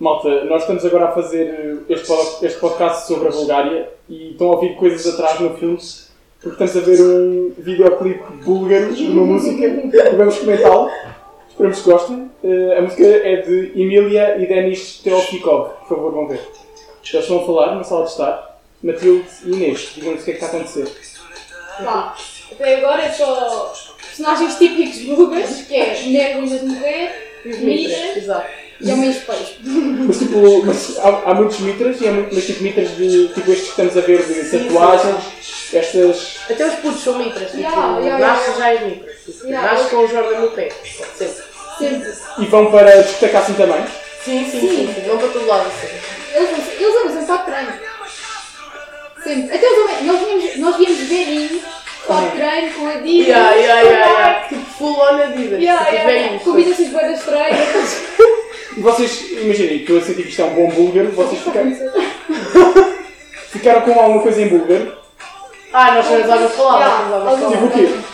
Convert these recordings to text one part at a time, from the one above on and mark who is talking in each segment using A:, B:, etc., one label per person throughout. A: Malta, nós estamos agora a fazer eh, este, pod- este podcast sobre a Bulgária e estão a ouvir coisas atrás no filme porque estamos a ver um videoclipe búlgaro de uma música e vamos comentá-lo. Esperamos que gostem. Eh, a música é de Emília e Denis Teofikov. Por favor, vão ver. Eles vão falar na sala de estar. Matilde e Inês, digam-nos o que é que está a acontecer.
B: Pá, até agora é só personagens típicos búlgaros, que é mulher longe de morrer, mira
C: Exato.
B: e homens peixe.
A: Mas tipo, mas há, há muitos mitras, e há muito, mas tipo mitras de tipo estes que estamos a ver de tatuagens, estas.
C: Até os putos são mitras. Tipo,
B: Ya, ya,
C: nasce
B: ya.
C: já é mitras. Tipo,
B: Ya.
C: Nasce com o Jordan no pé. tipo, Sempre.
B: Sempre.
A: E vão para destacar assim também.
C: Sim, sim, sim. sim. Vão para todo lado assim.
B: Eles vão eles vão sempre para treino. Sempre. Até os homens, nós vínhamos, nós vínhamos velhinhos, para o treino, com a Dida.
C: Ya, ya, ya, ya. Tipo, full on Adidas. tipo, bem
B: Com assim,
C: isto.
B: vidas boas estranhas.
A: E vocês, imaginem, que eu senti que isto é um bom búlgaro, vocês ficaram, ficaram com alguma coisa em búlgaro.
C: Ah, nós já usávamos falar.
B: Ya,
C: nós usávamos
B: alguns-
C: falar.
A: Tipo o quê?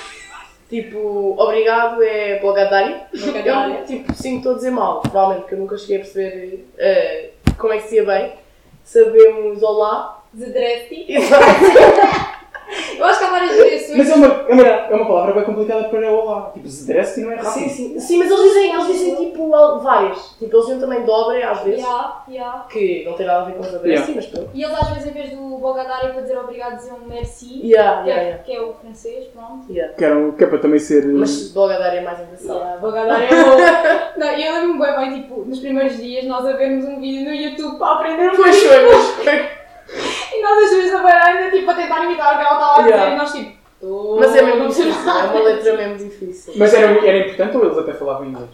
C: Tipo, obrigado é Bogadari.
B: Bogadari.
C: Eu, tipo, sinto todos em mal, provavelmente, porque eu nunca cheguei a perceber eh, como é que se ia bem. Sabemos olá.
B: Zedresti.
C: Exato.
B: Eu acho que há várias gerações.
A: Mas é uma, é uma, é uma palavra bem complicada para olá. Tipo, zedresse não é rápido.
C: sim, sim. Sim, mas eles dizem, eles dizem tipo al- várias. Tipo, eles dizem também dobre às vezes.
B: Ya, ya.
C: Que não tem nada a ver com os
A: Yeah.
C: adressos, mas pronto.
B: E eles às vezes, em vez do Bogadari para dizer obrigado, diziam merci,
C: Yeah,
B: que,
C: yeah,
B: é,
C: yeah.
B: que é o francês, pronto.
C: yeah.
A: Que, era, um- que é para também ser.
C: Mas Bogadari é mais engraçado.
B: Yeah, Bogadari é bom. Não, e eu lembro-me bem, bem, tipo, nos primeiros dias nós a vermos um vídeo no YouTube para aprendermos
C: Pois foi, mas foi.
B: e nós as duas na varanda, tipo, a tentar imitar o que ela estava a dizer
C: Yeah.
B: e nós tipo... "Tô
C: Mas é mesmo difícil, é uma
B: emocionada."
C: letra mesmo difícil.
A: Mas era, era importante ou eles até falavam inglês?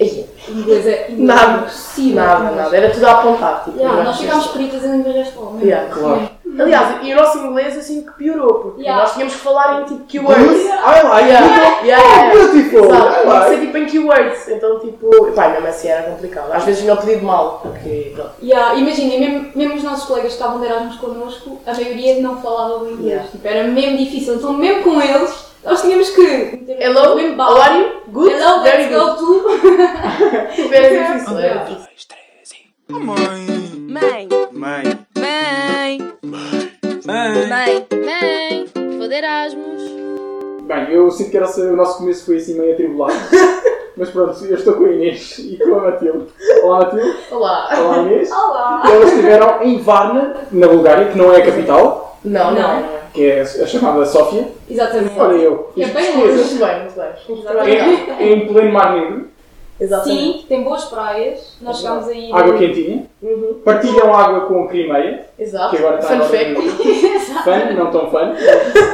B: Inglês é inglês é
C: Nada,
B: impossível.
C: nada, nada. Era tudo a apontar. Tipo,
B: Yeah,
C: não
B: nós
C: é
B: ficámos peritas em inglês desta forma.
C: Yeah,
A: claro.
C: Aliás, e o nosso inglês assim que piorou, porque
B: Yeah.
C: nós tínhamos que falar em é tipo
A: Good,
C: keywords.
A: I like
C: Yeah, yeah, yeah.
A: it. Beautiful, I
C: Exato, tinha que
A: like
C: ser tipo em keywords. Então, tipo, pá, mesmo assim era complicado. Às vezes não pedido mal, porque pronto.
B: Yeah, Imaginem, mesmo, mesmo os nossos colegas que estavam de Erasmus connosco, a maioria não falava o inglês.
C: Yeah.
B: Tipo, era mesmo difícil. Então, mesmo com eles, nós tínhamos que.
C: Hello,
B: mesmo
C: how
B: bala.
C: are you? Good?
B: Hello,
C: É, Very
B: let's
C: good.
B: go to.
C: Tipo, era difícil, era
B: Yeah.
C: difícil.
D: Mãe,
E: Mãe,
D: mãe,
E: mãe,
D: mãe.
E: mãe, mãe, vou de Erasmus.
A: Bem, eu sinto que era só- o nosso começo foi assim meio atribulado. Mas pronto, eu estou com a Inês e com a Matilde. Olá Matilde,
C: Olá.
A: olá Inês.
B: Olá!
A: E elas estiveram em Varna, na Bulgária, que não é a capital,
C: Não, não.
B: Não.
C: não.
A: que é a chamada Sófia.
B: Exatamente.
A: Olha eu, fiz
B: É bem
A: pesquisas.
C: Muito bem, muito bem.
B: Exatamente.
A: É- é em pleno Mar Negro,
C: Exatamente.
B: Sim, tem boas praias. Nós chegámos aí.
A: água quentinha.
C: Uhum.
A: Partilham água com a Crimeia,
C: Exato.
A: que agora está
C: Fun
A: agora
C: fact.
A: no- Fun, não tão fun.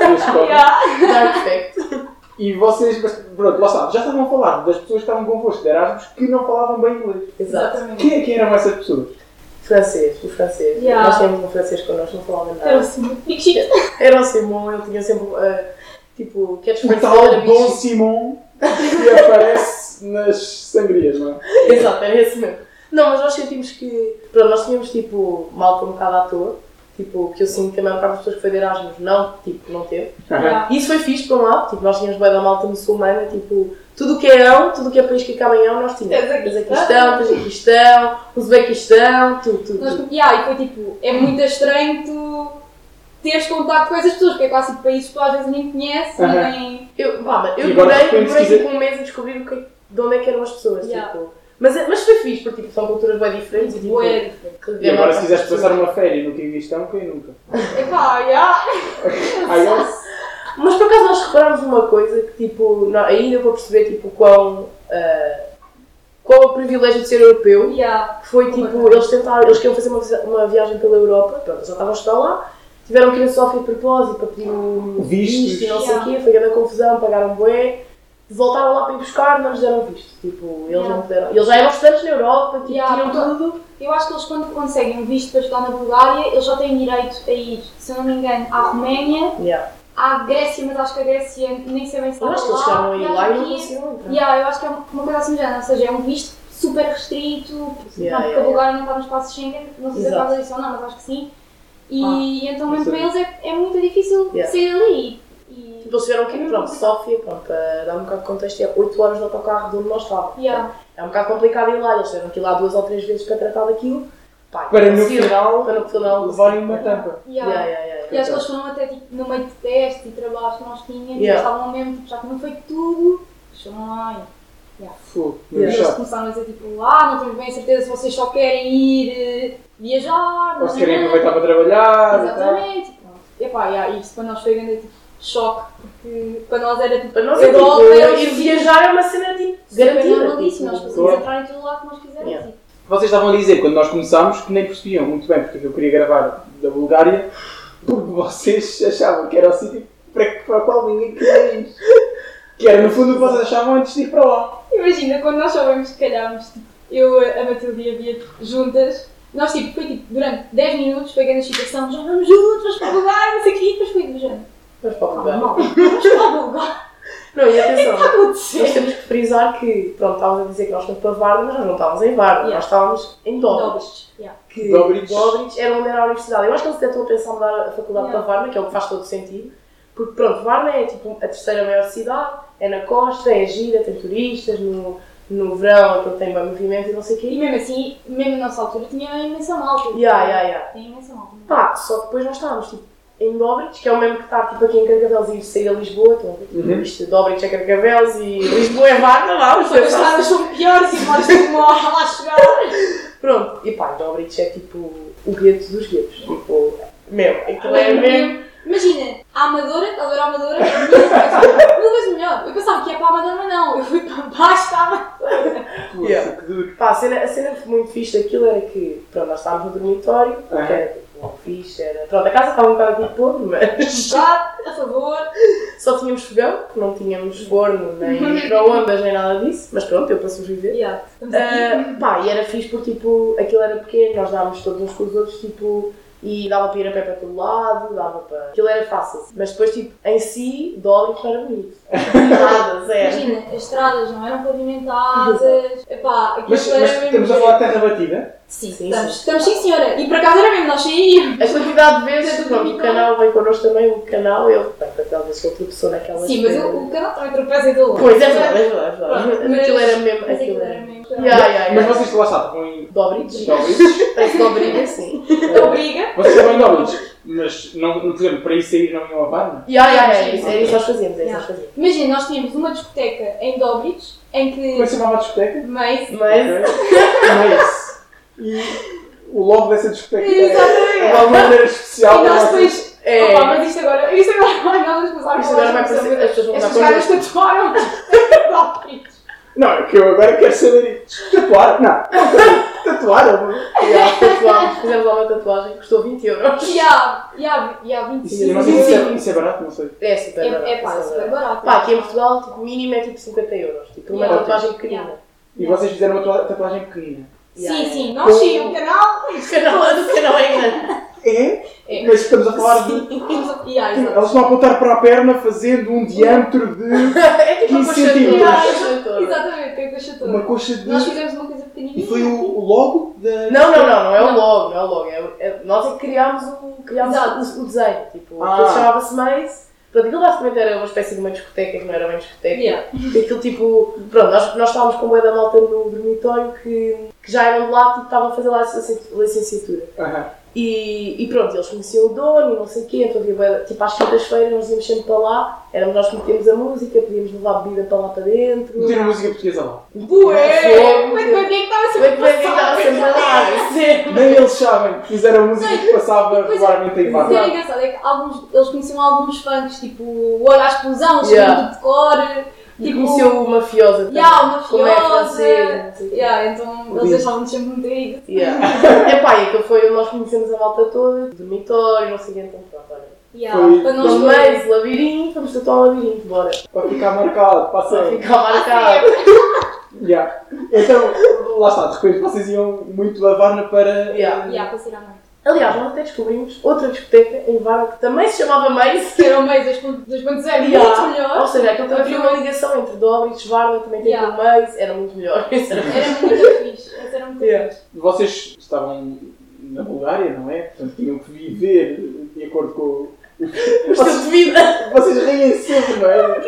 A: mas pronto.
B: Yeah.
C: Dark fact.
A: E vocês, mas pronto, lá está, já estavam a falar das pessoas que estavam convosco de Erasmus que não falavam bem inglês.
C: Exato.
B: Exatamente.
A: Quem, quem eram essas pessoas?
C: Francês, o francês.
B: Yeah.
C: Nós temos um francês connosco, não falava nada.
B: Era assim, muito chique.
C: Era o Simão, ele tinha sempre, ah, tipo, queres
A: O
C: participar da
A: tal Dom
C: bicho?
A: Simão que aparece nas sangrias, não é?
C: Exato, era esse mesmo. Não, mas nós sentimos que, pronto, nós tínhamos, tipo, malta um bocado à toa, tipo, que eu sinto que a maior parte das pessoas que foi de Erasmus não, tipo, não teve.
A: Aham.
C: E isso foi fixe, por um lado, tipo, nós tínhamos bué da malta muçulmana, tipo, tudo o que é ão, tudo o que é país que acaba em ão, nós tínhamos. Cazaquistão, Tajiquistão, Uzbequistão, tudo, tudo, tudo.
B: Nós, yeah, e foi tipo, é muito estranho tu teres contacto com essas pessoas, porque é quase tipo países que tu às vezes nem conheces
A: Aham.
B: e nem.
C: Eu, pá, mas eu
A: E agora,
C: demorei,
A: de repente,
C: demorei
A: se
C: tipo um mês a descobrir o que, de onde é que eram as pessoas.
B: Yeah.
C: Tipo. Mas, é- mas foi fixe, porque tipo, são culturas bem diferentes. e, tipo,
B: Bué
A: E agora, se quiseres passar uma férias no Kirguistão, quem nunca? Ah,
B: Epá, já.
A: Aí eu-
C: Mas por acaso nós reparámos uma coisa que tipo, não, aí deu para perceber tipo, quão, ah, qual o privilégio de ser europeu.
B: Já.
C: que Foi tipo, eles tentaram, eles queriam fazer uma, visa- uma viagem pela Europa, pronto, já estavam a estudar lá, tiveram que ir a Sófia de propósito para pedir o
A: Vistos.
C: visto e não sei o
B: Yeah.
C: quê, foi grande confusão, pagaram bué, voltaram lá para ir buscar, não lhes deram visto. Tipo, eles
B: Yeah.
C: não puderam. Eles já eram estudantes na Europa, tipo,
B: Yeah,
C: tinham
B: porque-
C: tudo.
B: Eu acho que eles quando conseguem um visto para estudar na Bulgária, eles já têm direito a ir, se eu não me engano, à Roménia,
C: Yeah.
B: à Grécia, mas acho que a Grécia nem sei bem se está
C: Eu acho que eles chegaram a ir lá e não
B: é
C: conseguiram entrar.
B: Yeah, eu acho que é uma uma coisa assim do género, ou seja, é um visto super restrito, porque
C: Yeah,
B: não, porque
C: yeah,
B: a Bulgária não está no espaço Schengen, não sei se é por
C: Exato. Ah,
B: causa disso ou não, mas acho que sim. E então
A: não
B: mesmo para
A: sabia.
B: eles é, é muito difícil
C: Yeah.
B: sair dali. E,
C: eh, Tipo, eles tiveram que ir, pronto, Sófia, pronto, para dar um bocado de contexto, é 8 horas de autocarro de onde nós estávamos.
B: yeah.
C: É um bocado complicado ir lá, eles tiveram que ir lá duas ou três vezes para tratar daquilo. Pá,
A: Para
C: e
A: no
C: conseguiram,
A: final-
C: Para no final.
A: Levarem uma tampa.
B: Yeah.
C: Yeah, yeah, yeah,
B: E
C: yeah.
B: acho que eles foram até tipo, no meio de testes e trabalhos que nós tínhamos, e eles
C: Yeah.
B: estavam mesmo, tipo, já tinham feito tudo, eles foram lá
A: Fogo,
B: e
A: mesmo
C: Yeah.
B: eles
A: chato.
B: começaram a dizer tipo, ah, não temos bem a certeza se vocês só querem ir eh, viajar,
A: Ou
B: não
A: se
B: sei
A: querem
B: nada."
A: aproveitar para trabalhar e tal.
B: Exatamente, pronto. Epá, yeah, isso para nós foi grande tipo, choque, porque para nós era tipo,
C: Para nós é
B: Europa,
C: tipo,
B: eles-
C: ir viajar é uma cena tipo
B: super
C: garantida.
B: normalíssimo, nós
C: tipo,
B: conseguimos
A: Claro.
B: entrar em todo lado que nós quisermos.
C: Yeah.
B: tipo.
A: Vocês estavam a dizer, quando nós começámos, que nem percebiam muito bem porque é que eu queria gravar da Bulgária, porque vocês achavam que era o sítio para, para o qual ninguém queria ir. Que era, no fundo, o que vocês achavam antes de ir para lá.
B: Imagina, quando nós soubemos que calhámos, tipo, eu, a Matilde e a Bia tipo, juntas, nós tipo, foi tipo, durante 10 minutos, foi grande excitação, já vamos juntos, vamos para o lugar, não sei o quê, e depois foi do género.
C: Mas pode
B: Calma,
C: bem.
B: mal, vamos para o lugar,
C: Não, e atenção.
B: o que aconteceu?
C: Nós temos que frisar que, pronto, estávamos a dizer que nós fomos para Varda, mas nós não estávamos em Varda,
B: Yeah.
C: nós estávamos em Dobrich.
B: Dobres, yeah.
C: Que
A: Dobrich.
C: Dobrich era onde era a universidade. Eu acho que eles até estão a pensar em mudar a faculdade
B: Yeah.
C: para Varna, que é o que faz todo sentido. Porque, pronto, Varna é tipo a terceira maior cidade, é na costa, é gira, tem turistas, no, no verão aquilo tem bem movimento e não sei o
B: E
C: quê.
B: mesmo assim, mesmo na nossa altura, tinha imensa malta.
C: Yeah, yeah, yeah.
B: Tem imensa malta.
C: Pá, só que depois nós estávamos tipo, em Dobrich, que é o mesmo que estar tipo, aqui em Carcavelos e ir sair a Lisboa. Então,
A: Uhum.
C: isto, Dobrich é Carcaveles e Lisboa é Varna, lá, os
B: As
C: dois
B: estradas são piores e nós como a lá chegar.
C: Pronto, e pá, Dobrich é tipo o gueto dos guetos. Tipo, meu, aquilo é mesmo.
B: Imagina, a Amadora, estás a ver a Amadora? Mil vezes melhor. Eu pensava que ia para a Amadora, mas não. Eu fui para baixo, para a Amadora.
A: Pô,
C: Yeah.
A: que duro.
C: Pá, a cena, a cena muito fixe daquilo era que, pronto, nós estávamos no dormitório,
A: Aham.
C: que era tipo, logo fixe, era. Pronto, a casa estava um bocado de podre, mas.
B: Chato, a favor.
C: Só tínhamos fogão, não tínhamos forno, nem microondas, nem nada disso, mas pronto, eu para sobreviver.
B: Yeah, estamos aqui.
C: Ah, pá, e era fixe porque tipo, aquilo era pequeno, nós dávamos todos uns com os outros, tipo, e dava para ir a pé para todo lado, dava para. Aquilo era fácil. Mas depois, tipo, em si, Dolly era bonito. é. Nada, zero.
B: Imagina, as estradas não eram pavimentadas. Epá, aquilo
A: Mas,
B: era
A: mas
B: é mesmo.
A: estamos a falar de terra batida?
B: Sim,
C: Sim,
B: estamos, estamos sim, senhora. E para casa era mesmo, nós saímos.
C: A quantidade de vezes,
B: Tudo
C: pronto, o
B: bonito.
C: canal vem connosco também, o canal, eu, pá, talvez sou outra pessoa naquela
B: Sim, mas o, o canal também tropeça em todo lado.
C: é. Pois é, verdade, é verdade, é verdade.
B: Mas-
C: Aquilo era mesmo.
B: Mas
C: Aquilo
B: aquilo era
C: era.
B: mesmo.
C: Yeah,
B: É.
C: yeah,
A: Mas
C: yeah.
A: vocês Então. lá estavam em
C: Dobrich.
A: Dobrich.
C: Parece Dobrinha, sim.
B: Então briga.
A: Vocês estavam em Dobrich, mas, não, por exemplo, para isso sair não iam a Varna?
C: Yeah, yeah, yeah, é isso, é isso que nós fazíamos, é isso que nós fazíamos.
B: Imagina, nós tínhamos uma discoteca em Dobrich em
A: Como é
B: que.
A: que se chamava a discoteca?
B: Mas.
C: Mas.
A: Mas... E o logo dessa discoteca
B: Exatamente.
A: é de alguma maneira especial.
B: E nós
A: para vocês.
B: depois.
C: É.
B: Opa, mas isto agora, isto agora vai dar umas coisas
C: Isto agora vai parecer. As pessoas vão
B: Estas
C: mudar
B: caras
C: connosco.
B: tatuaram Dobrich.
A: Não, é que eu agora quero saber isso. Tatuar? Não. Tatuar?
C: Yeah, tatuámos, fizemos lá uma tatuagem, custou 20 euros.
B: E há, e há, e há 20
A: Isso, eu não sei se é, isso é barato, não sei.
C: É super barato.
B: É, é pá,
C: super
B: super
C: barato.
B: barato.
C: Pá, aqui em Portugal, tipo, o mínimo é tipo 50 euros. Tipo, uma
B: Yeah.
C: tatuagem pequenina.
A: E vocês fizeram uma tatua- tatuagem pequenina.
B: Sim, sim, nós sim, o canal.
C: O canal, a do canal é grande.
A: É?
B: É.
A: Mas estamos a falar de.
B: E há, exato.
A: Elas estão a apontar para a perna fazendo um diâmetro de
C: É tipo uma
A: 15
C: coxa
A: centímetros.
C: toda, uma
B: Yeah,
C: coxa toda.
B: Exatamente, tem coxa
A: uma
B: toda.
A: coxa de.
B: Nós fizemos uma coisa
A: E
B: pequenininha.
A: foi o, o logo da.
C: Não, não, não, não é o
B: Não.
C: logo, não é o logo. É, o- é- nós é que criámos o, criámos
B: Exato.
C: o, o desenho. Tipo,
A: Ah.
C: aquilo chamava-se mais. Pronto, aquilo basicamente era uma espécie de uma discoteca que não era bem discoteca.
B: Yeah.
C: E Aquilo tipo. Pronto, nós, nós estávamos com boa da malta no dormitório que, que já eram de lá e estavam a fazer lá a licenci- licenciatura.
A: Aham.
C: E, e pronto, eles conheciam o dono e não sei o quê, então havia bué- tipo às quintas-feiras nós íamos sempre para lá, éramos nós que metíamos a música, podíamos levar bebida para lá para dentro.
A: Meteram música portuguesa lá.
B: Bué!
C: Fogo.
B: Muito bem, o que é que estava
C: Como
B: sempre
C: é que vai ver que estava
B: passado?
C: sempre a dar? Sim.
A: Nem eles sabem que fizeram música que passava
B: Pois é.
A: regularmente em
B: O que era
A: Varna.
B: engraçado é que alguns, eles conheciam alguns funks, tipo o Olho à Explosão, o
C: Yeah.
B: Segundo de Cor,
C: E
B: tipo
C: conheceu o mafiosa também.
B: Yeah, o mafiosa.
C: Como é francês, não sei o quê.
B: Yeah, então eles
A: Sim.
B: deixavam-nos sempre muito aí.
C: Yeah. Epá, e aquilo foi onde nós conhecemos a malta toda, dormitório, não sei o quê, então pronto, olha.
B: Yeah,
A: Foi-
B: para nós
C: Nós
B: foi-
C: mais labirinto, vamos tatuar o labirinto, bora.
A: Para ficar marcado, passa.
C: Fica
B: Ah, é
C: marcado.
A: Yeah. Então, lá está, de repente vocês iam muito a Varna para.
C: Yeah.
B: Yeah, para sair à noite.
C: Aliás, nós até descobrimos outra discoteca em Vara que também se chamava Mais.
B: Que era o meio 2.0,
C: Yeah.
B: muito melhor.
C: Ou seja, aquilo também foi uma ligação entre Dobrich, Varna, também tem
B: Yeah.
C: o Maze, era muito melhor. Isso era-
B: Era muito fixe. Essa era muito
C: Yeah.
B: fixe.
A: Vocês estavam na Bulgária, não é? Portanto, tinham que viver de acordo com. o-
C: Mas tudo de vida.
A: Vocês riem sempre, não é?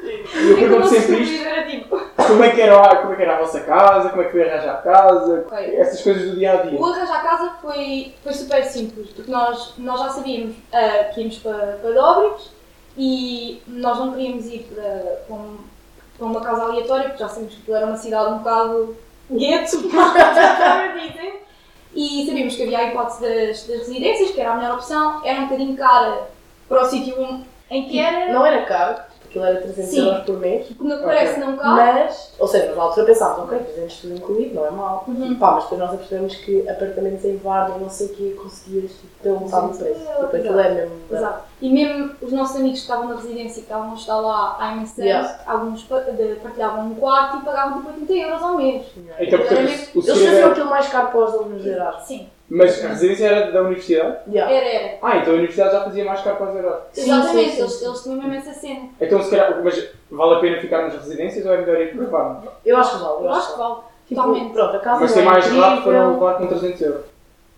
A: E eu
B: É que eu
A: pergunto
B: não
A: sempre isto.
B: sabia, era tipo,
A: Como é que era, a- como é que era a vossa casa? Como é que foi arranjar a casa?
B: Ok.
A: Essas coisas do dia a dia.
B: O arranjar casa foi, foi super simples, porque nós, nós já sabíamos ah, que íamos para, para Dobres e nós não queríamos ir para, para, um- para uma casa aleatória, porque já sabíamos que aquilo era uma cidade um bocado gueto, como dizem. E sabíamos que havia a hipótese das, das residências, que era a melhor opção, era um bocadinho cara para o sítio em que era,
C: Não era caro, aquilo era 300
B: Sim.
C: euros por mês.
B: que não parece não caro.
C: Mas, ou seja, nós na altura pensávamos, ok, 300 tudo incluído, não é mal.
B: Uhum.
C: Pá, mas depois nós apercebemos que apartamentos em Varda e não sei o que conseguias tipo, pelo metade do preço. Tipo, aquilo é mesmo.
B: Exato. E mesmo os nossos amigos que estavam na residência e que estavam a estar lá há imensos anos,
C: Yeah.
B: alguns pa- de- partilhavam um quarto e pagavam tipo 80 euros ao mês.
A: Então, portanto, o
C: Eles
A: segredo
C: fizeram
A: era...
C: aquilo mais caro para os alunos de Erasmus.
B: Sim,
A: Mas a residência era da universidade?
C: Yeah.
B: era, era.
A: Ah, então a universidade já fazia mais caro para os Erasmus.
C: Sim,
B: Exatamente,
C: sim, sim,
B: eles,
C: sim.
B: eles tinham mesmo essa cena.
A: Então, se calhar, mas vale a pena ficar nas residências ou é melhor ir para Varna?
C: Eu acho que vale,
B: Eu acho que vale.
C: Tipo,
B: Totalmente.
C: pronto, a casa
A: Mas
C: não
A: ser
C: é
A: mais um rápido para não
C: incrível.
A: levar com 300 euros.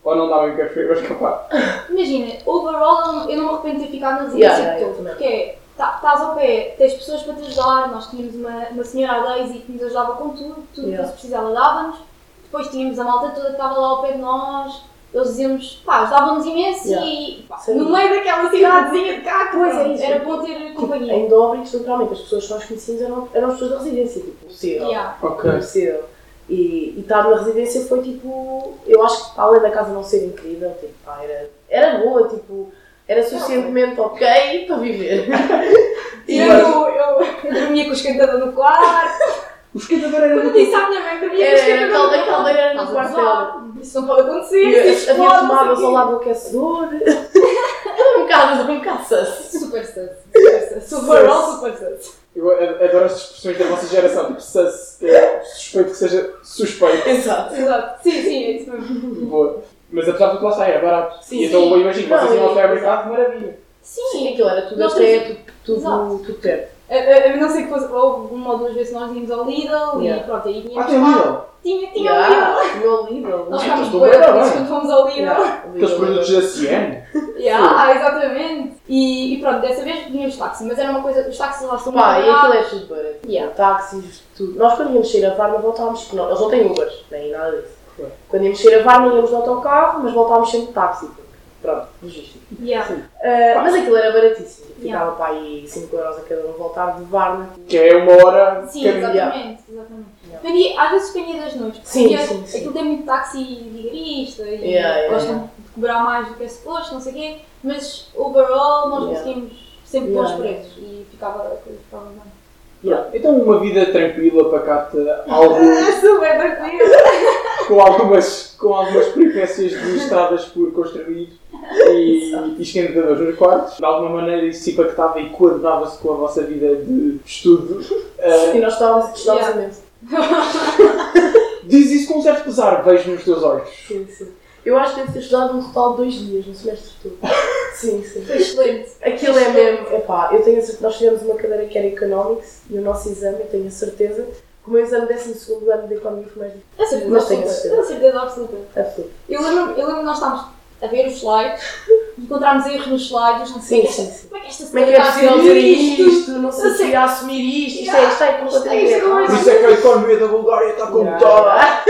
A: Ou não dá bem café, eu escapar.
B: Imagina, overall eu não, eu não me arrependo de ter ficado na residência
C: Yeah, yeah,
B: de
C: eu
B: todo,
C: também.
B: porque é, tá- estás ao pé, tens pessoas para te ajudar, nós tínhamos uma, uma senhora a Daisy que nos ajudava com tudo, tudo
C: Yeah.
B: que se precisava dava-nos, depois tínhamos a malta toda que estava lá ao pé de nós, eles diziam-nos, pá, ajudavam-nos imenso
C: Yeah.
B: e pá,
C: Sim.
B: no meio daquela cidadezinha de cá, tipo,
C: Pois é isso.
B: era bom ter companhia.
C: Em Dobrich, naturalmente, as pessoas que nós conhecíamos eram, eram as pessoas da residência, tipo, possível.
B: Yeah.
A: Ok.
C: Possível. E, e estar na residência foi tipo. Eu acho que para além da casa não ser incrível, tipo, pá, era, era boa, tipo, era suficientemente ok para viver.
B: E
C: E
B: eu, eu, eu dormia com o esquentador no quarto,
A: O esquentador era
B: quando eu
A: muito...
B: disse à minha mãe, dormia com o
C: Era- era
B: esquentador
C: aquela-
B: no quarto.
C: aquela era no
B: Estás a
C: quarto
B: gozar, Isso não pode acontecer,
C: E
B: isso explode,
C: havia
B: não sei
C: tomadas
B: quê.
C: ao lado do aquecedor. Era um bocado, um bocado sus.
B: Super sus. Super sus. Super all super sus.
A: Eu a- adoro as expressões da vossa geração, tipo, sus, é, suspeito que seja suspeito.
C: Exato.
B: Exato. Sim, sim, é isso mesmo.
A: Boa. Mas apesar de tudo, lá está, era barato.
C: Sim,
A: e então,
B: sim.
A: imagino que vocês
C: Não,
A: iam ao
C: e-
A: supermercado, maravilha.
C: Sim, aquilo era tudo
B: Nós
C: até, tudo,
B: Exato.
C: tudo, tudo perto.
B: A, a, a não ser que fosse houve uma ou duas vezes que nós íamos ao Lidl
C: Yeah.
B: e pronto, aí tínhamos.
A: Ah, tem Lidl.
B: Tinha, tinha o Lidl.
C: Yeah, Tinha o Lidl.
B: Nós
A: Então,
B: ficámos
A: estou
B: bué
A: bem,
B: felizes
A: bem.
B: quando fomos ao Lidl. Yeah.
C: Yeah, o Lidl,
A: Aqueles produtos
C: Lidl.
A: da CN.
B: exatamente. E, e pronto, dessa vez vinham os táxis, mas era uma coisa, os táxis lá são
C: Pá, e
B: muito
C: aquilo é
B: baratos.
C: tudo barato.
B: Yeah.
C: Táxis, tudo. Nós quando íamos sair a Varna voltávamos, porque não, eles não têm Ubers, nem nada disso.
A: Claro.
C: Quando íamos sair a Varna íamos no autocarro, mas voltávamos sempre de táxi. porque, Pronto, logística.
B: Yeah.
C: Ah, mas aquilo era baratíssimo. Ficava
B: Yeah.
C: para aí 5 euros a cada um voltar de né? Varna.
A: Que é uma hora de
B: Sim,
A: caminhar.
B: exatamente. exatamente.
C: Yeah.
B: Depende, às vezes dependia das noites.
C: Sim,
B: porque
C: sim, sim.
B: Aquilo tem muito táxi vigarista e
C: Yeah, yeah,
B: gostam de cobrar mais do que é suposto, não sei o quê. Mas overall nós
C: Yeah.
B: conseguimos sempre
C: Yeah,
B: bons
C: yeah.
B: preços e ficava a coisa ficava bem.
A: Então, uma vida tranquila, pacata, algo,
B: Super tranquilo!
A: com, algumas, com algumas peripécias de estradas por construir e, e esquentadores nos quartos. De alguma maneira, isso se impactava e coordenava-se com a vossa vida de estudo. Ah,
C: E nós estávamos, estávamos
B: Yeah.
C: imenso.
A: diz isso com um certo pesar, vejo nos teus olhos.
C: Sim, sim. Eu acho que deve ter estudado um total de dois dias, um semestre todo. sim, sim.
B: Foi excelente!
C: Aquilo é mesmo. Epá, eu tenho a certeza, nós tivemos uma cadeira que era Economics e o nosso exame, eu tenho a certeza, que o meu exame 12 ano de Economia foi mais difícil.
B: A certeza
C: Mas tenho
B: absoluta!
C: certeza.
B: A certeza absoluta!
C: Absoluto.
B: Eu lembro-me eu lembro nós estávamos a ver os slides, encontramos erros nos slides, não sei como
C: Sim,
B: é que
C: sim,
B: esta-
C: sim.
B: como é que esta
C: Como é que é
B: senhora
C: possível
B: faz
C: dizer
B: isto?
C: isto? Não sei
B: Eu sei.
C: se ia assumir isto. Isto é, isto é Ah, completamente.
B: Isto é
C: errado.
A: Por isso é que a economia da Bulgária está como está.
C: Yeah.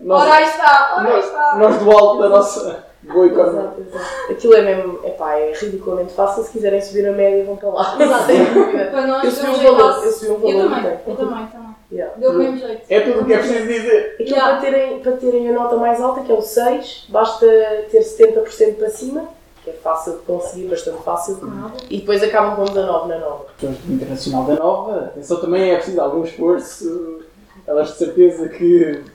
A: Nós,
B: Ora aí está, ora aí
A: nós,
B: está!
A: nós do alto da nossa boa economia.
C: Exato, exato. Aquilo é mesmo. Epá, é ridiculamente fácil. Se quiserem subir a média, vão para lá.
B: Exato.
C: Sem dúvida.
B: Para nós,
C: Eu subi
B: deu
C: um
B: jeito
C: valor.
B: ao-
C: Eu subi um
B: Eu
C: valor.
B: também,
C: ok?
B: eu também, também.
C: Yeah.
B: Deu o mesmo jeito.
A: É tudo o que é preciso dizer.
C: Aquilo
B: Yeah.
C: para, terem, para terem a nota mais alta, que é o 6, basta ter 70% para cima, que é fácil de conseguir, bastante fácil. E depois acabam com 19 na nova.
A: Portanto, um Internacional da Nova, atenção também é preciso algum esforço. Elas de certeza que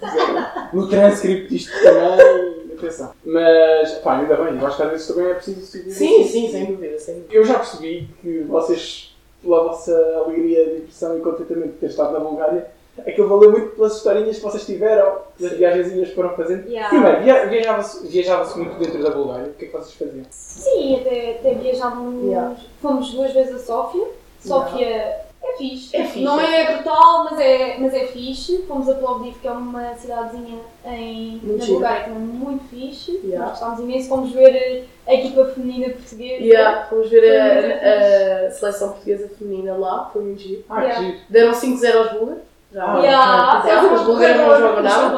A: fizeram no transcript isto também. Atenção. Mas, pá, ainda bem, eu acho que às vezes também é preciso decidir
C: Sim,
A: isso.
C: sim, sem dúvida, sem dúvida.
A: Eu já percebi que vocês, pela vossa alegria, diversão e contentamento de ter estado na Bulgária, aquilo valeu muito pelas historinhas que vocês tiveram, das viagenzinhas que foram fazendo.
B: Yeah.
A: Primeiro, via- viajava-se viajava muito dentro da Bulgária. O que é que vocês faziam?
B: Sim, até, até viajávamos.
C: Yeah.
B: Fomos duas vezes a Sófia. Sófia é fixe.
C: É fixe,
B: Não
C: é
B: é brutal, mas é, mas é fixe. Fomos a Plovdiv, que é uma cidadezinha em,
C: Muito
B: na
C: gira.
B: Bulgária, que é muito fixe.
C: Yeah.
B: Nós gostámos imenso. Fomos ver eh, a equipa feminina portuguesa.
C: Yeah, fomos ah, ver
B: Foi muito
C: a, a seleção portuguesa feminina lá, foi muito giro.
A: Ah,
B: Yeah.
A: que giro.
C: Deram 5-0 aos búlgaros. Já.
A: Ah,
B: Yeah,
C: ok. Os búlgaros não jogam nada.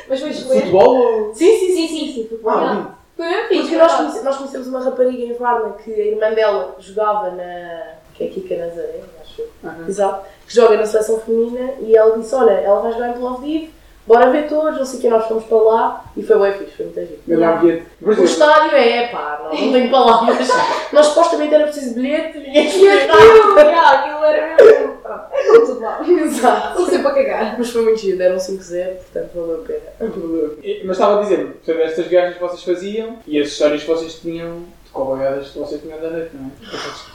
B: Mas foi excelente.
A: Futebol ou.
C: Sim, sim,
B: Sim,
C: sim.
B: sim, sim.
A: Ah,
B: Yeah.
A: lindo.
B: Foi mesmo é fixe.
C: Porque
B: por
C: nós,
B: acaso.
C: conhece- nós conhecemos uma rapariga em Varna que a irmã dela jogava na. que é Kika Nazaré, acho eu.
A: Aham.
C: Exato. Que joga na seleção feminina e ela disse: Olha, ela vai jogar em Plovdiv, bora ver todos, não sei o que. Nós fomos para lá e foi bem fixe, foi muito giro.
A: Grande ambiente. Por
C: O
A: exemplo,
C: estádio é, pá, não, não tenho palavras. Nós supostamente era preciso bilhete, ninguém
B: E
C: tinha
B: aquilo, yeah, aquilo era mesmo. Pronto, é como tudo lá.
C: Exato.
B: Estou sempre a cagar.
C: Mas foi muito giro, deram 5-0, portanto valeu a pena.
A: é um mas estava a dizer, portanto, estas viagens que vocês faziam e as histórias que vocês tinham de cavalgadas que vocês tinham da noite, não é? Vocês-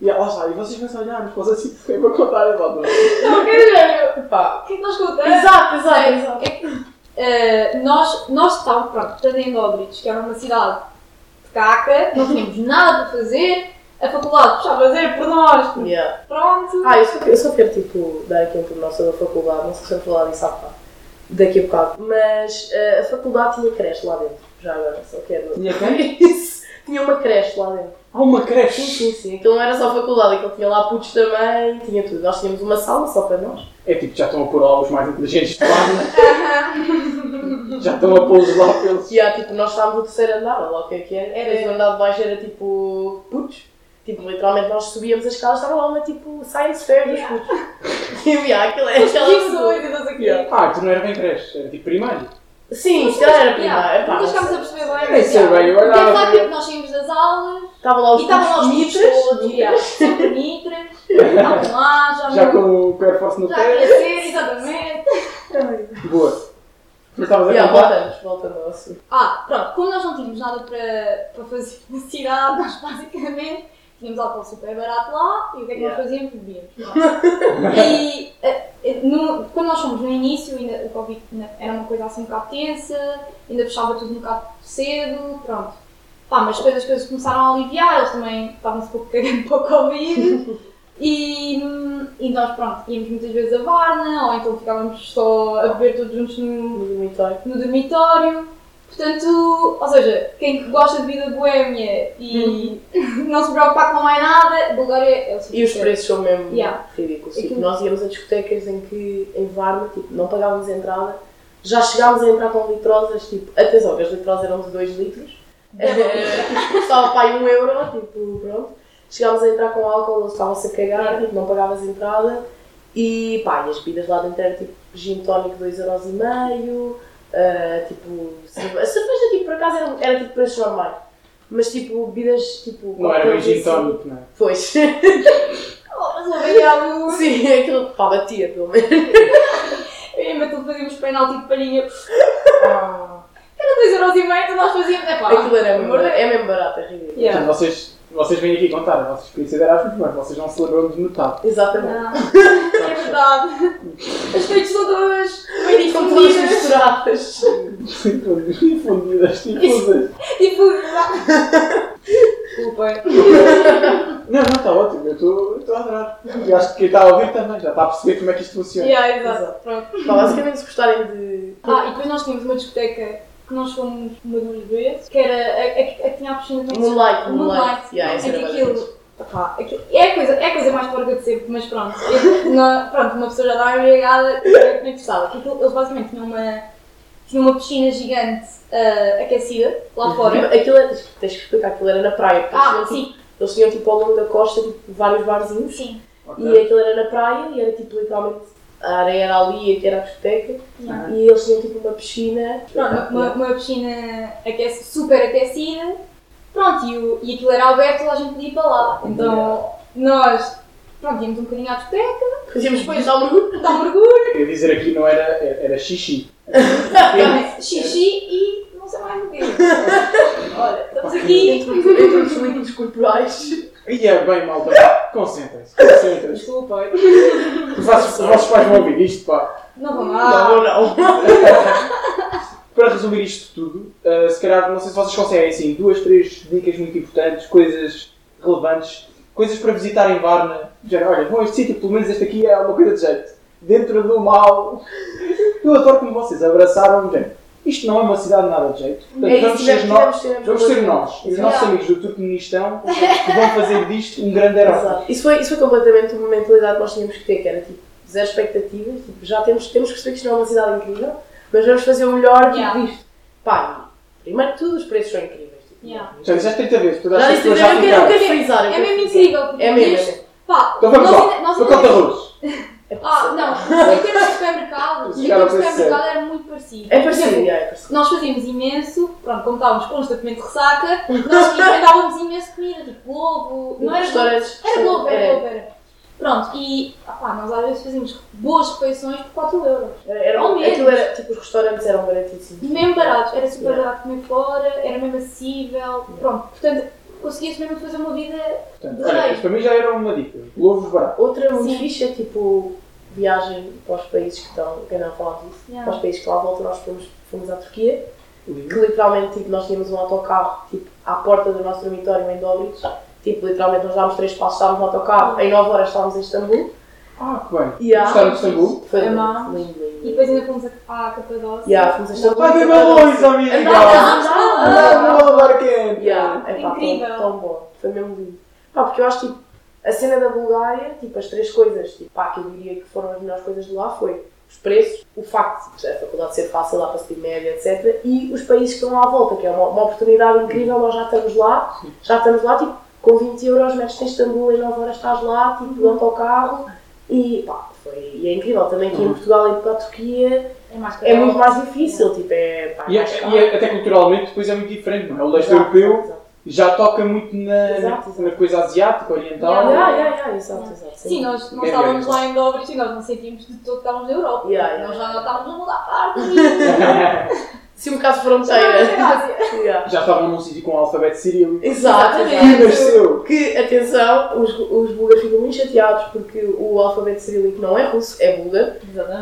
A: E lá está, e vocês pensam, olhar, mas vocês assim, foi para contar a volta.
B: Não, caralho.
C: Pá.
B: O que é que nós contamos?
C: Exato, exato, exato.
B: É que, eh, nós, nós estávamos, pronto, estando em Dobrich, que era uma cidade de caca,
A: Uhum.
B: não tínhamos nada a fazer, a faculdade puxava a zero por nós, porque
C: Yeah.
B: pronto.
C: Ah, eu só, eu só quero tipo, dar aqui um pormenor sobre a faculdade, não sei se vamos falar disso há bocado, daqui a bocado. Mas eh, a faculdade tinha creche lá dentro, já agora, só quero.
A: Tinha quem?
C: Isso. Tinha uma creche lá dentro.
A: Há uma
C: Sim,
A: creche!
C: sim, sim. Aquilo não era só faculdade, aquilo tinha lá putos também, tinha tudo. Nós tínhamos uma sala só para nós.
A: É tipo, já estão a pôr lá os mais inteligentes de lá. né? já estão a pô-los lá pelos.
C: E há, tipo, nós estávamos no terceiro andar, ou lá o que é que era. Era. O andar de baixo era tipo putos. Tipo, literalmente nós subíamos as escadas, estava lá uma tipo science fair dos putos. E yeah, aquilo é aquela pessoa.
B: Pessoas e não sei o quê.
A: Ah, tu não era bem creche, era tipo primário.
C: Sim, isto era primário.
B: Yeah,
C: Epá,
B: Nunca chegámos a
C: não sei.
B: perceber bem.
A: Nem sei bem, eu
B: O que é que
A: olhava
B: lá,
A: para
B: tipo, nós saímos das aulas
C: Estavam lá
B: e
C: os
B: estavam lá os
C: putos
B: mitras todos,
C: mitras.
B: yeah, sempre mitras, estavam lá, já,
A: Já
B: não-
A: com o pé forte no
B: já
A: pé.
B: aquecer, exatamente.
A: Boa. Mas estavas a
C: Yeah,
A: contar?
C: voltamos, voltando ao assunto.
B: Ah, pronto, como nós não tínhamos nada para, para fazer na cidade, nós basicamente tínhamos álcool super barato lá e o que é que
C: Yeah.
B: nós fazíamos? Bebíamos. pronto. e eh, eh, no- quando nós fomos no início, ainda, o Covid ainda era uma coisa assim um bocado tensa, ainda fechava tudo um bocado cedo, pronto. Pá, mas depois as coisas começaram a aliviar, eles também estavam-se um pouco cagando para o Covid. E, hum, e nós, pronto, íamos muitas vezes a Varna, ou então ficávamos só a beber todos juntos no,
C: No dormitório.
B: no dormitório. Portanto, ou seja, quem gosta de vida boémia e não se preocupar com mais nada, Bulgária é o sítio
C: Uhum. E os
B: certo.
C: preços são mesmo
B: Yeah.
C: ridículos.
B: Aquilo-
C: Tipo, nós íamos a discotecas em que, em Varna, tipo, não pagávamos entrada. Já chegámos a entrar com litrosas, tipo, atenção, que as litrosas eram de 2 litros. Eh, custava pai 1 euro, tipo, pronto. Chegámos a entrar com álcool, eles estavam-se a cagar, tipo, não pagavas entrada. E pá, e as bebidas lá dentro eram tipo gin tónico 2,5€, ah, tipo, cerve- a cerveja tipo, por acaso era, era tipo preços normais. Mas tipo, bebidas tipo.
A: Não era bem
C: cocktails
A: gin
C: assim.
A: tónico, não é?
C: Pois.
B: Oh, mas obrigado!
C: Sim, aquilo pá, batia pelo menos.
B: Eu e a Matilde fazíamos penalti de palhinha.
C: Ah,
B: Era 2,5€ então nós fazíamos. É pá,
C: aquilo era mesmo,
B: amor de-
C: é mesmo barato, é ridículo.
B: Yeah.
A: Portanto, vocês, vocês vêm aqui contar a vossa experiência de Erasmus, mas vocês não se lembram de notar.
C: Exatamente.
B: Não, é verdade. As noites são todas meio
C: Ficam todas
B: difundidas.
C: misturadas.
A: Sim, todas infundidas, difusas.
B: Difundidas. Desculpem.
A: Não, não, está ótimo, eu estou- eu estou a adorar. E acho que quem está a ouvir também já está a perceber como é que isto funciona.
B: Yeah, exato. Pronto.
C: Pá, basicamente, se gostarem de.
B: Ah, e depois nós tínhamos uma discoteca que nós fomos uma duas vezes, que era a, a, a que tinha a piscina de
C: Moonlight, Moonlight.
B: Moonlight.
C: Yeah, isso
B: Em
C: era
B: que
C: bem
B: aquilo, opá, aquilo- é, a coisa, é a coisa mais porca de sempre, mas pronto. eu- na- pronto, uma pessoa já estava embriagada, eu não interessava. Que aquilo- Eles basicamente tinham uma, tinham uma piscina gigante ah, aquecida
C: Uhum.
B: lá fora.
C: Tipo, Aquilo era, tens que explicar, aquilo era na praia. porque
B: Ah,
C: eles tinham,
B: sim,
C: tipo- Eles tinham tipo ao longo da costa tipo, vários barzinhos
B: sim.
A: Ok.
C: e aquilo era na praia e era tipo literalmente a areia era ali e aqui era a discoteca
B: Yeah.
C: e eles tinham tipo uma piscina.
B: Pronto, uma, uma piscina aquece, super aquecida. Pronto, e, o, e aquilo era aberto, lá a gente podia ir para lá. Então nós, pronto, íamos um bocadinho à discoteca.
C: Fazíamos depois dar um grupo.
B: Dá um mergulho,
A: Eu ia dizer aqui não era, era, era xixi.
B: xixi e não sei mais o quê. Olha, estamos aqui.
C: Entre os líquidos corporais.
A: E é bem, malta, pá, concentrem-se, concentrem-se.
B: Desculpa.
A: Os vossos os vossos pais vão ouvir isto, pá.
B: Não vou
C: Não,
B: lá.
C: ou não.
A: Para resumir isto tudo, eh, ah, se calhar, não sei se vocês conseguem, assim, duas, três dicas muito importantes, coisas relevantes que coisas para visitar em Varna. Já, olha, bom, este sítio, pelo menos este aqui é uma coisa de jeito. Dentro do mal. Eu adoro como vocês abraçaram, gente. Isto não é uma cidade nada de jeito. Portanto,
C: É isso,
A: vamos, ser
C: tivemos-
A: nós,
C: tivemos- tivemos
A: vamos
C: uma
A: ser
C: boa
A: nós, os
C: experiência.
A: nossos
B: Exato.
A: amigos do Turquemenistão, que vão fazer disto um grande herói.
C: Exato. Isso foi, isso foi completamente uma mentalidade que nós tínhamos que ter, que era tipo, zero expectativas, tipo, já temos, temos que perceber que isto não é uma cidade incrível, mas vamos fazer o melhor tipo,
B: Yeah.
C: disto. Pá, e primeiro de tudo, os preços são incríveis. Tipo,
B: Yeah.
A: Já disseste 30 vezes, todas
C: Já
A: as
C: disse, eu
A: pessoas já
C: quero, eu
A: ficaram.
C: quero frisar. eu
B: É
C: quero
B: mesmo
C: frisar.
B: incrível, porque
C: É mesmo.
B: isto- Pá,
A: Então vamos
B: nós
A: lá,
B: ainda- nós
A: para
B: ainda-
A: conta arroz.
C: É possível.
B: Ah, não, em termos de supermercado, em
A: Chegaram
B: termos é de
A: a ser
B: supermercado era muito parecido.
C: É
B: Por exemplo,
C: parecido, é parecido.
B: Nós fazíamos imenso, pronto, como estávamos constantemente de ressaca, nós inventávamos imenso comida, tipo Globo, não era Globo,
C: restaurantes. É.
B: era Globo, era
C: era,
B: Globo, era. Pronto, e opá, nós às vezes fazíamos boas refeições por 4 euros.
C: era, é, era,
B: Ou menos.
C: aquilo era, tipo, os restaurantes eram baratíssimos.
B: Mesmo baratos, era super
C: Yeah.
B: barato comer fora, era mesmo acessível, pronto, portanto, conseguias mesmo fazer uma vida.
A: Portanto, olha, isto para mim já era uma dica. Louvo-vos barato.
C: Outra muito
B: Sim.
C: fixe é tipo viagem para os países que estão, que ainda não falámos disso,
B: Yeah.
C: para os países que lá voltam, nós fomos, fomos à Turquia, que literalmente tipo, nós tínhamos um autocarro tipo, à porta do nosso dormitório em Dobrich, tipo, literalmente nós dámos três passos, estávamos no autocarro, em 9 horas estávamos em Istambul.
A: Ah, que bem.
C: Yeah.
A: Gostaram de Istambul?
C: Foi lindo,
B: Amámos.
C: lindo, lindo.
B: É E depois ainda fomos à Capadócia.
C: Yeah, fomos a Istambul.
A: Vai ver balões, amiga!
C: Andava,
A: Ah,
C: andava.
A: não vou levar quente!
C: Yeah, é pá,
B: Incrível.
C: Tão, tão bom, foi mesmo lindo. Pá, porque eu acho tipo, a cena da Bulgária, tipo, as três coisas, tipo, pá, que eu diria que foram as melhores coisas de lá foi os preços, o facto de a faculdade ser fácil lá para se média, etc. E os países que estão à volta, que é uma, uma oportunidade incrível, nós já estamos lá, já estamos lá, tipo, com 20 euros metes-te em Istambul, em 9 horas estás lá, tipo, de autocarro. E pá, foi, e é incrível também
A: Uhum.
C: que em Portugal e para a Turquia
B: É mais
C: é muito mais difícil, tipo, é pá,
A: E,
C: mais
A: é-
C: caro.
A: e é- até culturalmente depois é muito diferente, não é? O leste
C: Exato,
A: europeu
C: exato.
A: já toca muito na,
C: Exato, exato.
A: na coisa asiática, oriental.
B: Yeah,
C: Yeah, yeah, yeah, exato, exato.
B: Sim, nós, nós
A: É
B: estávamos
A: mesmo.
B: lá em Dobris e nós não sentíamos de todo que estávamos na Europa.
C: Yeah, yeah.
B: Nós já estávamos a mudar parte. e-
C: Se um caso
B: Ah,
C: fronteira.
B: Ásia.
C: é tipo, Yeah.
A: Já estavam num sítio com alfabeto sírio.
C: Exato,
A: E
B: Exatamente.
C: exato.
A: nasceu!
C: Que, atenção, os, os búlgaros ficam muito chateados porque o alfabeto cirílico não é russo, é búlgaro.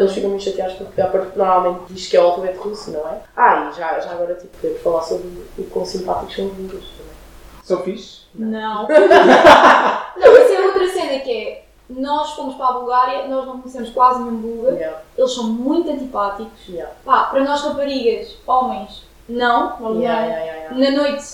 C: Eles ficam muito chateados porque a parte normalmente diz que é o alfabeto russo, não é? Ah, e já, já agora tipo, podemos falar sobre o quão simpáticos são os búlgaros também.
A: São fixe?
B: Não. não, isso é outra cena que é. Nós fomos para a Bulgária, nós não conhecemos quase nenhum búlgaro.
C: Yeah,
B: Eles são muito antipáticos.
C: yeah,
B: Pá, para nós raparigas, homens, não. Nós
C: yeah,
B: não.
C: yeah, yeah, yeah.
B: Na noite,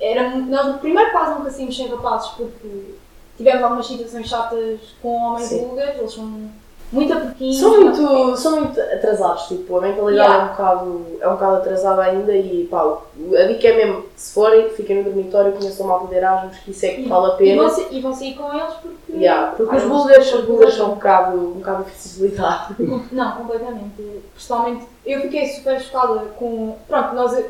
B: era, mu- nós primeiro quase nunca saímos sem rapazes porque tivemos algumas situações chatas com homens
C: Sim.
B: búlgaros. Eles são muito apertinhos.
C: São muito, são muito atrasados, tipo, a mentalidade
B: Yeah.
C: é, um bocado, é um bocado atrasada ainda e pá, o- a dica é mesmo, se forem, fiquem no dormitório, conheçam malta de Erasmus, que isso é que vale a
B: E
C: pena.
B: vão, sa- e vão sair com eles porque.
C: Yeah, porque
B: Ah,
C: os
B: não.
C: búlgaros, os búlgaros são um bocado, um bocado difíceis de lidar.
B: Não, completamente. Pessoalmente, eu fiquei super chocada com. Pronto, nós. pronto,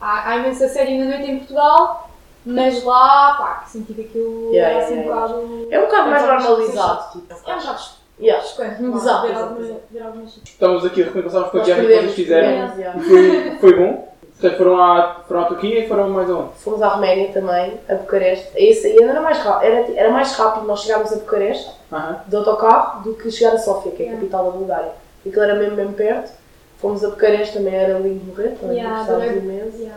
B: há, há imensa série na noite em Portugal, mas lá, pá, que senti que aquilo
C: Yeah,
B: era
C: yeah,
B: assim um
C: yeah.
B: bocado.
C: É um bocado mais
B: Mas há umas
C: normalizado. Tipo,
B: É um bocado
C: yeah.
B: chocante.
C: Exato,
B: lá,
C: exato,
B: ver
C: exato.
B: alguma- ver algumas.
A: Estávamos aqui a recompensar-vos pela
C: Nós
A: viagem que vocês
C: perdemos,
A: fizeram.
C: perdemos, yeah.
A: E foi, foi bom. Portanto, foram à, foram à Turquia e foram mais aonde?
C: Fomos à Roménia também, a Bucareste. Esse aí ainda era mais, ra- era, era mais rápido nós chegarmos a Bucareste
A: Aham.
C: de autocarro do que chegar a Sófia, que é a
B: Yeah.
C: capital da Bulgária. Aquilo era mesmo, mesmo perto. Fomos a Bucareste, também era lindo morrer, também
B: Yeah, um
C: gostávamos
B: adorei.
C: imenso.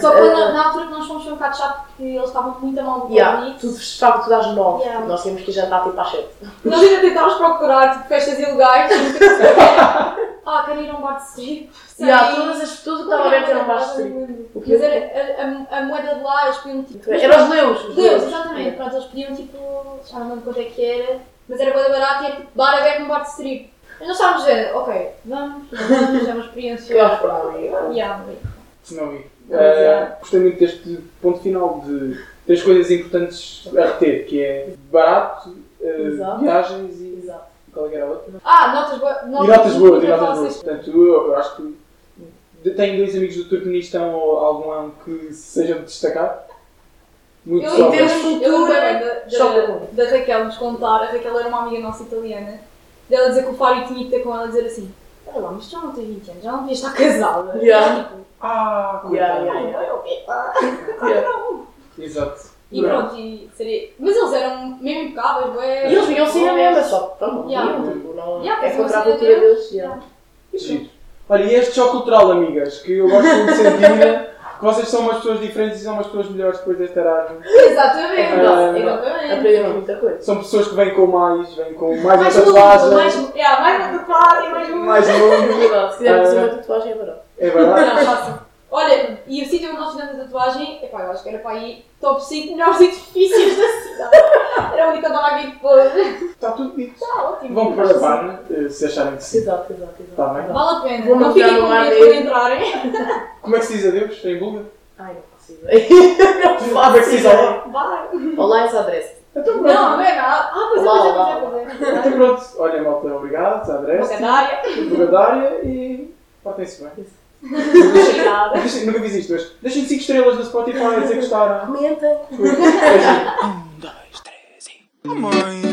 B: Só que na, na altura que nós fomos foi um bocado chato porque eles estavam muito a mal do
C: Yeah,
B: Covid.
C: tudo fechava tudo às nove.
B: Yeah.
C: Nós tínhamos que jantar tipo às sete.
B: Nós ainda tentávamos procurar tipo, festas ilegais. ah, quero ir a um bar de strip. sei
C: Yeah,
B: lá.
C: todas as, tudo o que estava aberto era um bar de strip. O que
B: Mas
C: eu-
B: era a, a- a moeda de lá, eles podiam tipo. mas
C: Era os leus. os
B: Deus,
C: leus.
B: exatamente. Pronto, eles pediam tipo. Já não lembro quanto é que era. Mas era boa barato e era tipo bar aberto num bar de strip. Mas nós estávamos a dizer, ok, vamos, não vamos, é uma experiência.
C: Claro, claro.
B: Ah, Yeah, mas-
A: Se não ir.
C: Vamos
B: É
C: lá.
A: é,
B: um
A: Gostei muito deste ponto final de três coisas importantes a reter, que é barato, eh,
C: Exato.
A: viagens e
C: Exato.
A: qual é que era a outra?
B: Ah, notas boas.
A: E notas boas, e notas boas. Portanto, eu, eu acho que de- tenho dois amigos do Turquemenistão ou algum que sejam de destacar. Muito
B: Eu
A: só,
C: em termos
A: mas-
C: de
B: lembro-me eu lembro-me da,
C: Choca
B: da, da Raquel nos contar, a Raquel era uma amiga nossa italiana, dela dizer que o Fábio tinha que ter com ela dizer assim, olha lá, mas tu já não tens 20 anos, já não devias estar casada.
C: Yeah.
B: Tipo,
A: Ah,
C: Yeah,
A: coitado.
C: yeah, yeah.
B: "Ai, ok, pá."
A: Exato.
B: E pronto, e seria... Mas eles eram mesmo impecáveis, é?
C: E
B: bué.
C: eles vinham assim na mesma, só que pronto, não
B: Yeah.
C: vinham, tipo, não.
B: Yeah,
C: é
B: faziam
C: contra a
B: assim na
C: cultura
B: mesma.
C: deles. yeah.
A: Giro. Olha, e este choque cultural, amigas, que eu gosto muito de sentir que vocês são umas pessoas diferentes e são umas pessoas melhores depois deste Erasmus.
C: É
B: Exatamente,
A: Ah,
B: exatamente.
C: Aprendemos muita coisa.
A: São pessoas que vêm com mais, vêm com mais,
B: Mais
A: uma
B: mundo,
A: tatuagem,
B: mais mundo. É, mais uma tatuagem, mais mundo.
A: mais mundo.
C: Não, se quisermos
A: Ah.
C: uma tatuagem, é barato.
A: É verdade?
B: Não, façam. Olha, e o sítio onde nós fizemos a tatuagem, epá, eu acho que era para aí top 5 melhores edifícios da cidade. Era onde que eu andava aqui depois.
A: Está tudo dito.
B: Está ótimo.
A: Vão para a página, eh, se acharem que sim.
C: Exato, exato, exato.
A: Tá bem.
C: exato.
B: Vale a pena.
C: Vou
B: não
C: mandar
B: fiquem com
C: um
B: medo
C: ar
B: quando
C: aí.
B: entrarem.
A: Como é que se diz adeus em búlgaro?
C: Ai, não consigo. não
A: Como é que se diz
C: faço. ideia.
A: olá?
B: Vai.
C: Olá, essa adresse.
A: Então pronto.
B: Não, não é nada. Ah, pois é,
C: Lá,
B: pois é,
C: lá,
B: pois é, pois é.
A: Então pronto. Olha, malta, obrigado. Andrés,
B: Bocadária.
A: Bugadária e portem-se bem.
B: Obrigada.
A: Deixem- Nunca fiz isto, mas deixem 5 estrelas no Spotify a dizer que gostaram.
C: Comentem.
A: Beijinho.
D: Um, dois, três e. Oh, mãe.